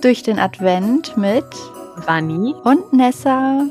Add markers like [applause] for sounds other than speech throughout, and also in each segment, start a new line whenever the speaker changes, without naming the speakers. durch den Advent mit
Bunny.
und Nessa.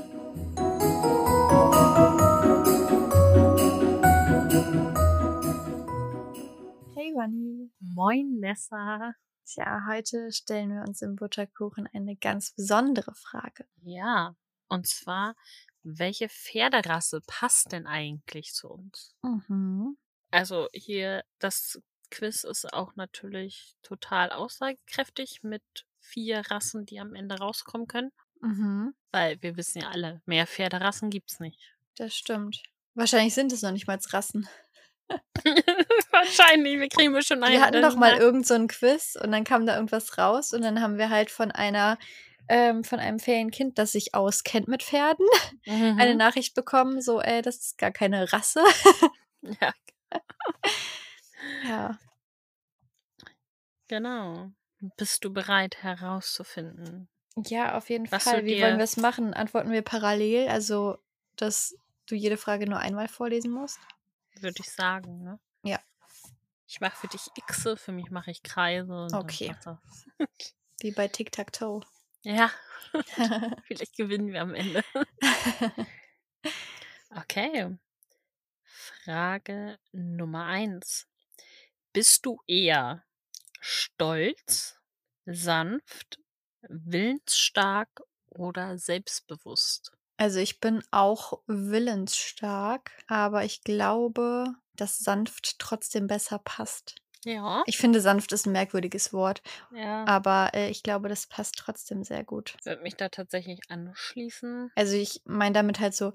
Hey Wanni.
Moin, Nessa.
Tja, heute stellen wir uns im Butterkuchen eine ganz besondere Frage.
Ja, und zwar, welche Pferderasse passt denn eigentlich zu uns?
Mhm.
Also hier, das Quiz ist auch natürlich total aussagekräftig mit vier Rassen, die am Ende rauskommen können.
Mhm.
Weil wir wissen ja alle, mehr Pferderassen gibt's nicht.
Das stimmt. Wahrscheinlich sind es noch nicht mal Rassen.
[laughs] Wahrscheinlich, wir kriegen wir schon einen.
Wir hatten
oder
doch mal
nicht
irgend so ein Quiz und dann kam da irgendwas raus und dann haben wir halt von einer ähm, von einem Ferienkind, das sich auskennt mit Pferden,
Mhm.
eine Nachricht bekommen, so, ey, das ist gar keine Rasse.
Ja,
[laughs] Ja.
genau. Bist du bereit herauszufinden?
Ja, auf jeden
Was
Fall.
du
Wie
dir-
wollen wir es machen? Antworten wir parallel, also dass du jede Frage nur einmal vorlesen musst?
würde ich sagen, ne?
Ja.
Ich mache für dich Xe, für mich mache ich Kreise. und dann
Okay.
passt das.
Wie bei Tic-Tac-Toe. [laughs]
Ja, [laughs] vielleicht gewinnen wir am Ende. Okay. Frage Nummer eins. Bist du eher stolz, sanft, willensstark oder selbstbewusst?
also ich bin auch willensstark, aber ich glaube, dass sanft trotzdem besser passt.
Ja.
Ich finde, sanft ist ein merkwürdiges Wort,
Ja.
aber äh, ich glaube, das passt trotzdem sehr gut.
Ich würde mich da tatsächlich anschließen.
Also ich meine damit halt so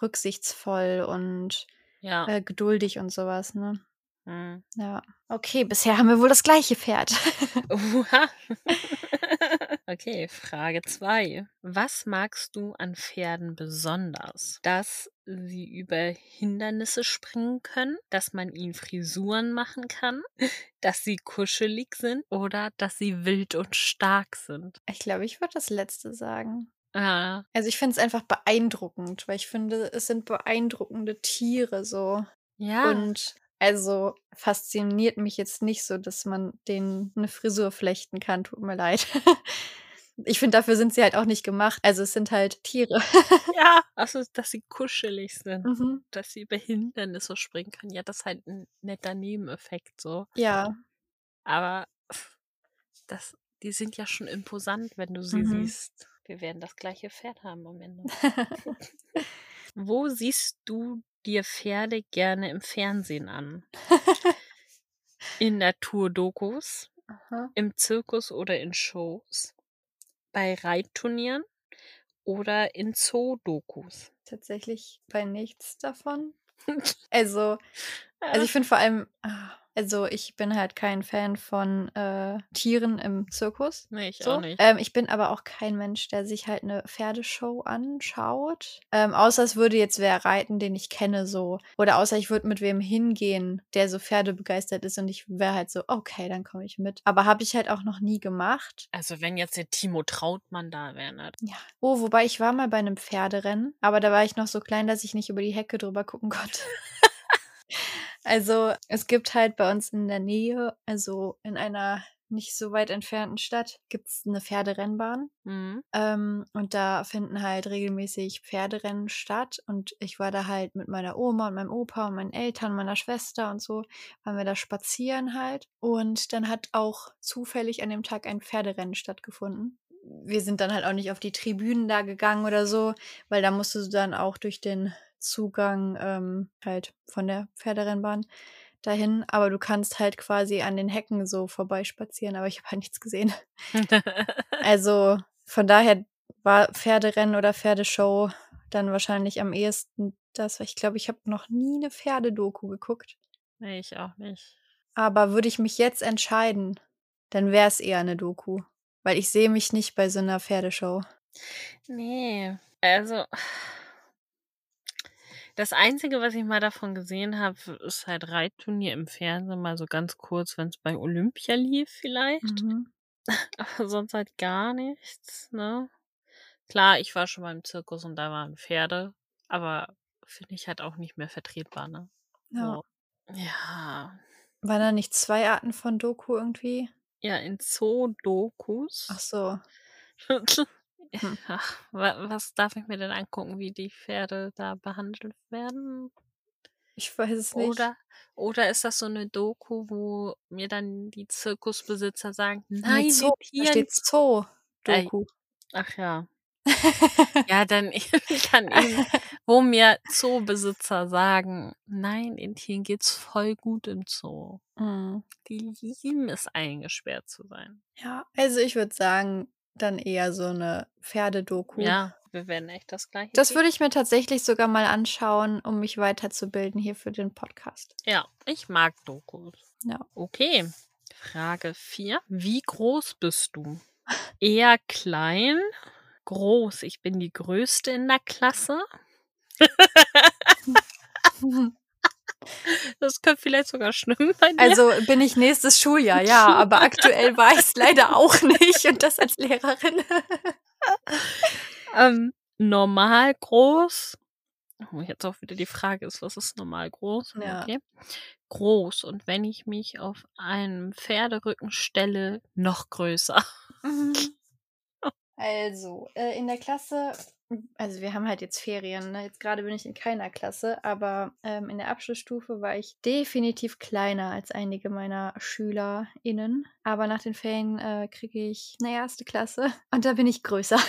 rücksichtsvoll und
Ja.
äh, geduldig und sowas, ne?
Hm.
Ja. Okay, bisher haben wir wohl das gleiche Pferd. [laughs]
Oha. [laughs] okay, Frage 2. Was magst du an Pferden besonders? Dass sie über Hindernisse springen können, dass man ihnen Frisuren machen kann, [laughs] dass sie kuschelig sind oder dass sie wild und stark sind. Äh,
Ich glaube, ich würde das letzte sagen.
Ja,
Also ich finde es einfach beeindruckend, weil ich finde, es sind beeindruckende Tiere so. Ah.
ja
Und also fasziniert mich jetzt nicht so, dass man denen eine Frisur flechten kann. Tut mir leid. [laughs] Ich finde, dafür sind sie halt auch nicht gemacht. Also es sind halt Tiere.
[laughs] ja. Also, dass sie kuschelig sind,
Mhm.
dass sie über Hindernisse springen können. Ja, das ist halt ein netter Nebeneffekt so.
[laughs] Ja,
Aber das, die sind ja schon imposant, wenn du sie
Mhm.
siehst. Wir werden das gleiche Pferd haben am Ende. Wo siehst du dir Pferde gerne im Fernsehen an? In Naturdokus,
Aha.
im Zirkus oder in Shows, bei Reitturnieren oder in Zoodokus?
tatsächlich bei nichts [laughs] davon. Also Also ich finde vor allem, ah, also ich bin halt kein Fan von äh, Tieren im Zirkus.
nee, Äh, ne, ich
So.
auch nicht.
Ähm, ich bin aber auch kein Mensch, der sich halt eine Pferdeshow anschaut. Ähm, außer es würde jetzt wer reiten, den ich kenne, so. Oder außer ich würde mit wem hingehen, der so pferdebegeistert ist und ich wäre halt so, okay, dann komme ich mit. Aber habe ich halt auch noch nie gemacht.
Also wenn jetzt der Timo Trautmann da wäre, ne?
Ja. Oh, wobei ich war mal bei einem Pferderennen, aber da war ich noch so klein, dass ich nicht über die Hecke drüber gucken konnte. [laughs] also, es gibt halt bei uns in der Nähe, also in einer nicht so weit entfernten Stadt, gibt's eine Pferderennbahn. [laughs]
Mhm. [laughs]
Ähm, und da finden halt regelmäßig Pferderennen statt. Und ich war da halt mit meiner Oma und meinem Opa und meinen Eltern, meiner Schwester und so, waren wir da spazieren halt. Und dann hat auch zufällig an dem Tag ein Pferderennen stattgefunden. Wir sind dann halt auch nicht auf die Tribünen da gegangen oder so, weil da musstest du dann auch durch den Zugang ähm, halt von der Pferderennbahn dahin. Aber du kannst halt quasi an den Hecken so vorbeispazieren, aber ich habe halt nichts gesehen. Also von daher war Pferderennen oder Pferdeshow dann wahrscheinlich am ehesten das. weil Ich glaube, ich habe noch nie eine Pferdedoku geguckt.
nee, Ne, ich auch nicht.
Aber würde ich mich jetzt entscheiden, dann wäre es eher eine Doku. Weil ich sehe mich nicht bei so einer Pferdeshow.
Nee, also das Einzige, was ich mal davon gesehen habe, ist halt Reitturnier im Fernsehen, mal so ganz kurz, wenn es bei Olympia lief vielleicht.
Mhm.
[laughs] Aber sonst halt gar nichts, ne? Klar, ich war schon mal im Zirkus und da waren Pferde, aber finde ich halt auch nicht mehr vertretbar, ne?
Ja.
So. Ja.
Waren da nicht zwei Arten von Doku irgendwie?
Ja, in Zoodokus. [laughs]
Ach so. Hm.
Ach, wa- was darf ich mir denn angucken, wie die Pferde da behandelt werden?
Ich weiß es nicht.
Oder, oder ist das so eine Doku, wo mir dann die Zirkusbesitzer sagen,
Nee,
nein,
Zoo.
die
Da
Tieren.
steht Zoo.
Ey.
Doku.
Ach ja. Ja, dann, [laughs] dann eben, wo mir Zoobesitzer sagen, nein, den Tieren geht's voll gut im Zoo.
Hm.
Die lieben es, eingesperrt zu sein.
Ja, also ich würde sagen, dann eher so eine Pferdedoku.
Ja, wir werden echt das gleiche.
Das
sehen.
würde ich mir tatsächlich sogar mal anschauen, um mich weiterzubilden hier für den Podcast.
Ja, ich mag Dokus.
Ja.
Okay. Frage 4. Wie groß bist
[laughs]
du? Eher klein, groß. Ich bin die größte in der Klasse. Das könnte vielleicht sogar schlimm bei dir.
Also bin ich nächstes Schuljahr, ja, aber aktuell war ich es leider auch nicht und das als Lehrerin.
ähm, normal groß. Oh, jetzt auch wieder die Frage ist, was ist normal groß?
Ja.
Okay. Groß. Und wenn ich mich auf einem Pferderücken stelle, noch größer.
Also, äh, in der Klasse, also wir haben halt jetzt Ferien, ne? jetzt gerade bin ich in keiner Klasse, aber ähm, in der Abschlussstufe war ich definitiv kleiner als einige meiner SchülerInnen. Aber nach den Ferien äh, kriege ich eine erste Klasse [laughs] und da bin ich größer.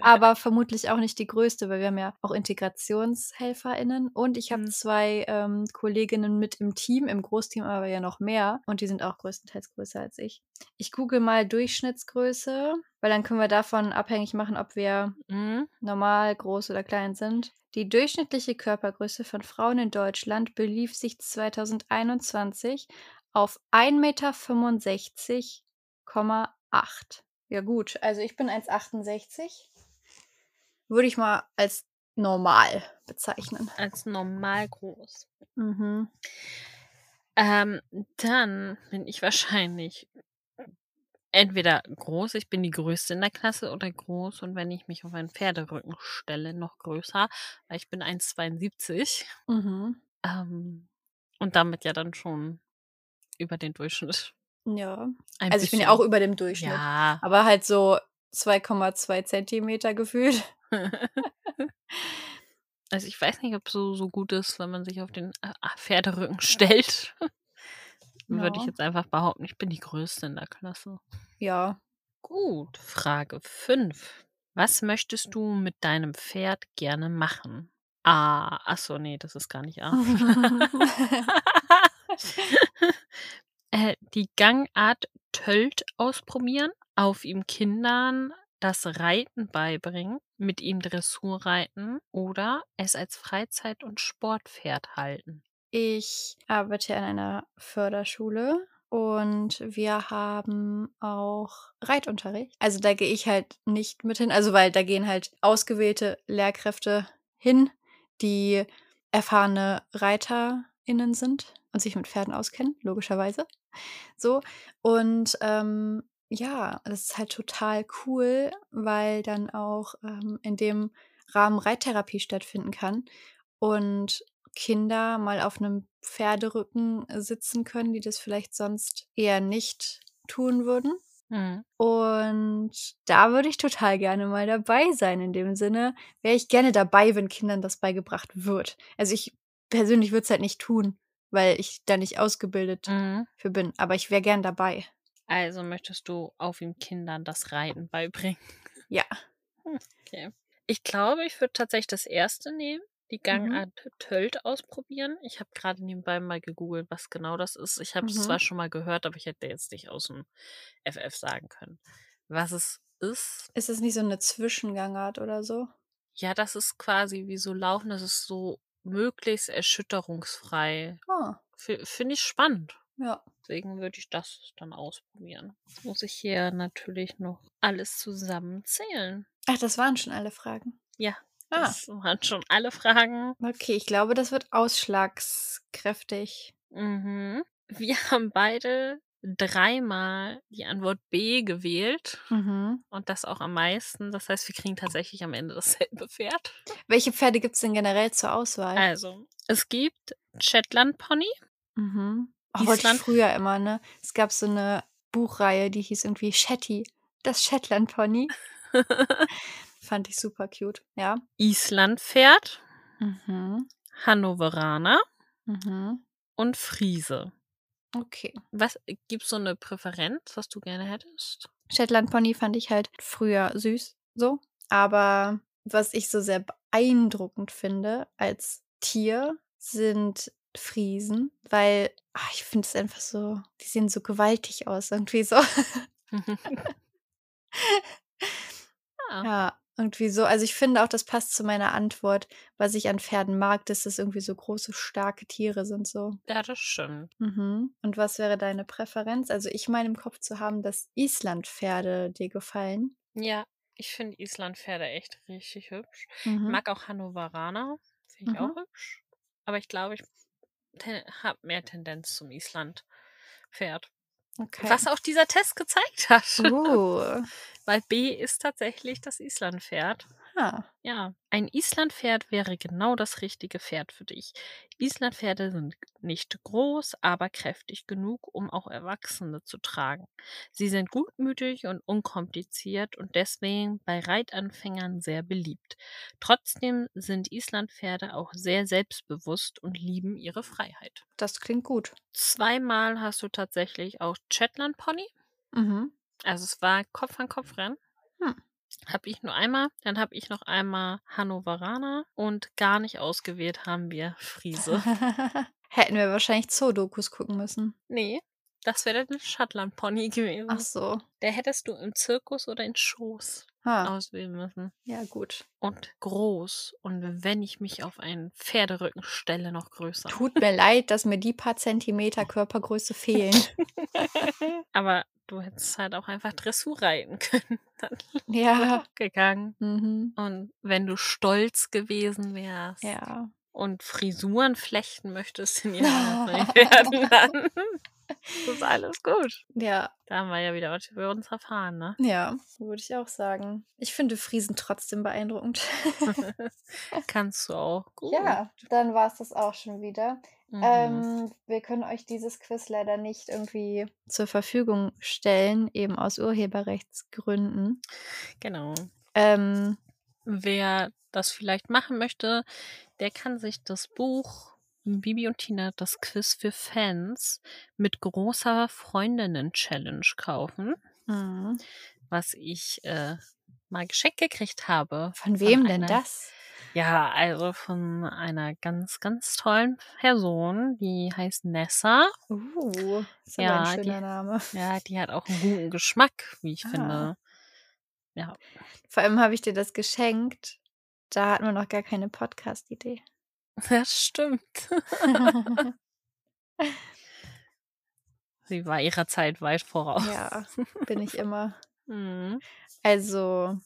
aber vermutlich auch nicht die größte, weil wir haben ja auch IntegrationshelferInnen und ich habe
Mhm.
zwei ähm, Kolleginnen mit im Team, im Großteam aber ja noch mehr und die sind auch größtenteils größer als ich. Ich google mal Durchschnittsgröße, weil dann können wir davon abhängig machen, ob wir
Mhm.
normal, groß oder klein sind. Die durchschnittliche Körpergröße von Frauen in Deutschland belief sich 2021 auf 1,65,8 Meter. Ja gut, also ich bin 1,68. Würde ich mal als normal bezeichnen.
Als normal groß.
Mhm.
Ähm, dann bin ich wahrscheinlich entweder groß, ich bin die größte in der Klasse, oder groß und wenn ich mich auf einen Pferderücken stelle, noch größer, weil ich bin 1,72
Mhm.
ähm, und damit ja dann schon über den Durchschnitt. [laughs]
Ja.
Ein
Also ich bin ja auch
bisschen.
über dem Durchschnitt.
Ja.
Aber halt so 2,2 Zentimeter gefühlt.
also ich weiß nicht, ob es so, so gut ist, wenn man sich auf den äh, Pferderücken stellt. [laughs] Würde ich
Ja.
jetzt einfach behaupten, ich bin die größte in der Klasse.
Ja. [laughs]
Gut, Frage 5. Was möchtest du mit deinem Pferd gerne machen? A. Achso, nee, das ist gar nicht A.
[laughs]
[laughs] äh, die Gangart Tölt ausprobieren, auf ihm Kindern das Reiten beibringen, mit ihm Dressur reiten oder es als Freizeit- und Sportpferd halten.
Ich arbeite an einer Förderschule und wir haben auch Reitunterricht. Also da gehe ich halt nicht mit hin, also weil da gehen halt ausgewählte Lehrkräfte hin, die erfahrene ReiterInnen sind und sich mit Pferden auskennen, logischerweise. So. Und ähm, ja, das ist halt total cool, weil dann auch ähm, in dem Rahmen Reittherapie stattfinden kann. Und Kinder mal auf einem Pferderücken äh, sitzen können, die das vielleicht sonst eher nicht tun würden.
Hm.
Und da würde ich total gerne mal dabei sein. In dem Sinne wäre ich gerne dabei, wenn Kindern das beigebracht wird. Also ich persönlich würde es halt nicht tun, weil ich da nicht ausgebildet
Mhm.
für bin. Aber ich wäre gern dabei.
Also möchtest du auf ihm Kindern das Reiten beibringen?
Ja.
Ich glaube, ich würde tatsächlich das erste nehmen, die
Mhm.
Gangart Tölt ausprobieren. Ich habe gerade nebenbei mal gegoogelt, was genau das ist. Ich habe es
Mhm.
zwar schon mal gehört, aber ich hätte jetzt nicht aus dem FF sagen können, was es ist.
Ist es nicht so eine Zwischengangart oder so?
Ja, das ist quasi wie so laufen, das ist so möglichst erschütterungsfrei.
Ah,
F- Finde ich spannend.
ja.
Deswegen würde ich das dann ausprobieren. Jetzt muss ich hier natürlich noch alles zusammenzählen.
Ach, das waren schon alle Fragen.
Ja.
Ah.
Das waren schon alle Fragen.
Okay, ich glaube, das wird ausschlagskräftig.
Mhm. Wir [laughs] haben beide dreimal die Antwort B gewählt
Mhm.
und das auch am meisten. Das heißt, wir kriegen tatsächlich am Ende dasselbe [laughs] Pferd.
Welche Pferde gibt es denn generell zur Auswahl?
Also, es gibt Shetland Pony.
mhm. Oh, wollte ich
Island.
früher immer, ne? Es gab so eine Buchreihe, die hieß irgendwie Shetty, das Shetland Pony. Fand ich super cute, ja.
[laughs] Islandpferd,
Mhm.
Hannoveraner
Mhm.
und Friese.
Okay.
Was gibt's so eine Präferenz, was du gerne hättest? [laughs]
Shetland Pony fand ich halt früher süß, so. Aber was ich so sehr beeindruckend finde als Tier sind Friesen, weil ah, ich finde es einfach so, die sehen so gewaltig aus, irgendwie so.
Ah,
Ja, irgendwie so. Also ich finde auch, das passt zu meiner Antwort, was ich an Pferden mag, dass das irgendwie so große, starke Tiere sind, so.
ja, das stimmt.
Mhm. Und was wäre deine Präferenz? Also ich meine im Kopf zu haben, dass Islandpferde dir gefallen.
Ja, ich finde Islandpferde echt richtig hübsch. Ich
Mhm.
mag auch Hannoveraner, finde ich
Mhm.
auch hübsch. Aber ich glaube, ich habe mehr Tendenz zum Islandpferd.
Okay.
Was
[laughs]
auch dieser Test gezeigt hat.
Uh,
[laughs] Weil B ist tatsächlich das Islandpferd.
ah,
Ja, ein Islandpferd wäre genau das richtige Pferd für dich. Islandpferde sind nicht groß, aber kräftig genug, um auch Erwachsene zu tragen. Sie sind gutmütig und unkompliziert und deswegen bei Reitanfängern sehr beliebt. Trotzdem sind Islandpferde auch sehr selbstbewusst und lieben ihre Freiheit.
das klingt gut.
Zweimal hast du tatsächlich auch Shetland Pony.
Mhm.
Also es war Kopf an Kopf rennen.
Hm.
Habe ich nur einmal, dann habe ich noch einmal Hannoveraner und gar nicht ausgewählt haben wir Friese.
[laughs] Hätten wir wahrscheinlich Zoodokus gucken müssen.
nee, das wäre der Shetland Pony gewesen.
Ach so.
Der hättest du im Zirkus oder in Shows
Ha.
auswählen müssen.
Ja, gut.
Und groß. Und wenn ich mich auf einen Pferderücken stelle, noch größer.
Tut mir leid, dass mir die paar Zentimeter Körpergröße [laughs] fehlen.
Aber du hättest halt auch einfach Dressur reiten [laughs] können. Dann
ja.
gegangen.
Mhm.
Und wenn du stolz gewesen wärst.
Ja.
und Frisuren flechten möchtest in ihrem
[laughs]
werden, dann ist alles gut.
Ja,
Da haben wir ja wieder was über uns erfahren, ne? [laughs]
ja, würde ich auch sagen. Ich finde Friesen trotzdem beeindruckend.
Kannst du auch. Gut.
ja, dann war es das auch schon wieder.
Oh. Mhm.
Ähm, wir können euch dieses Quiz leider nicht irgendwie zur Verfügung stellen, eben aus Urheberrechtsgründen.
Genau.
Ähm,
Wer das vielleicht machen möchte, der kann sich das Buch Bibi und Tina, das Quiz für Fans mit großer Freundinnen-Challenge kaufen,
mhm.
was ich äh, mal geschenkt gekriegt habe.
Von wem denn
einer-
das?
Ja, also von einer ganz, ganz tollen Person, die heißt Nessa.
Uh, ist
Ja,
aber ein
die-
schöner Name.
Ja, die hat auch einen guten Geschmack, wie ich
Ah.
finde. [laughs]
Vor allem habe ich dir das geschenkt. Da hatten wir noch gar keine Podcast-Idee.
Das
[laughs]
stimmt. Sie war ihrer Zeit weit voraus.
ja, bin ich immer.
Mhm.
Also,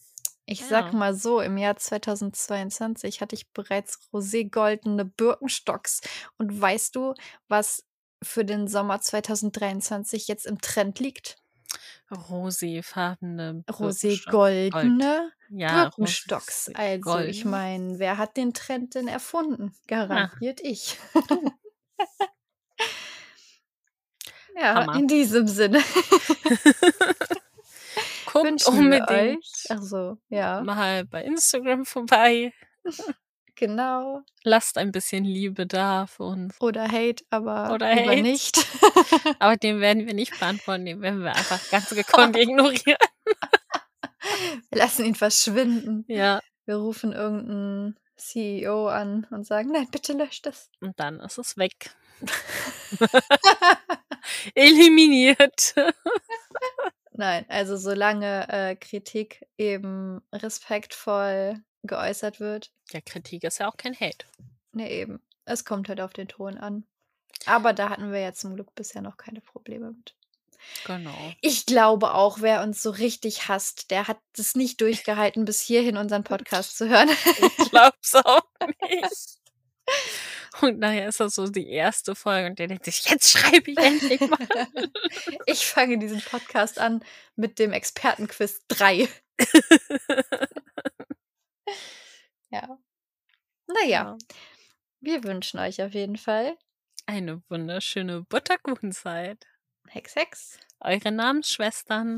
ich
Ja.
sag mal so, im Jahr 2022 hatte ich bereits roségoldene Birkenstocks. Und weißt du, was für den Sommer 2023 jetzt im Trend liegt?
Roséfarbene. Birkenstock-
Roségoldene
Ja,
Birkenstocks. Also, ich
roségold. Mhm. Ah.
meine, wer hat den Trend denn erfunden? Garantiert ich. [laughs] ja,
Hammer.
in
[laughs]
diesem Sinne
Guckt
wünschen wir
unbedingt
euch. Ach so, Also, ja,
mal bei Instagram vorbei.
genau.
Lasst ein bisschen Liebe da für [laughs] uns.
Oder Hate, aber
Oder
lieber
Hate.
nicht.
Aber den werden wir nicht beantworten, den werden wir einfach [laughs] ganz gekonnt ignorieren.
Wir lassen ihn verschwinden.
Ja,
Wir rufen irgendeinen CEO an und sagen, nein, bitte löscht das.
und dann ist es weg. [laughs] Eliminiert.
Nein, also solange äh, Kritik eben respektvoll geäußert wird,
Ja, Kritik ist ja auch kein Hate.
ne eben, es kommt halt auf den Ton an. Aber da hatten wir ja zum Glück bisher noch keine Probleme mit.
Genau.
Ich glaube auch, wer uns so richtig hasst, der hat es nicht durchgehalten, bis hierhin unseren Podcast zu hören.
Ich glaub's auch nicht. [laughs] Und nachher ist das so die erste Folge und der denkt sich, jetzt schreibe ich endlich mal.
[laughs] ich fange diesen Podcast an mit dem Expertenquiz 3. ja.
Genau.
Naja, wir wünschen euch auf jeden Fall
Eine wunderschöne Butterkuchenzeit.
Hex, Hex.
Eure Namensschwestern.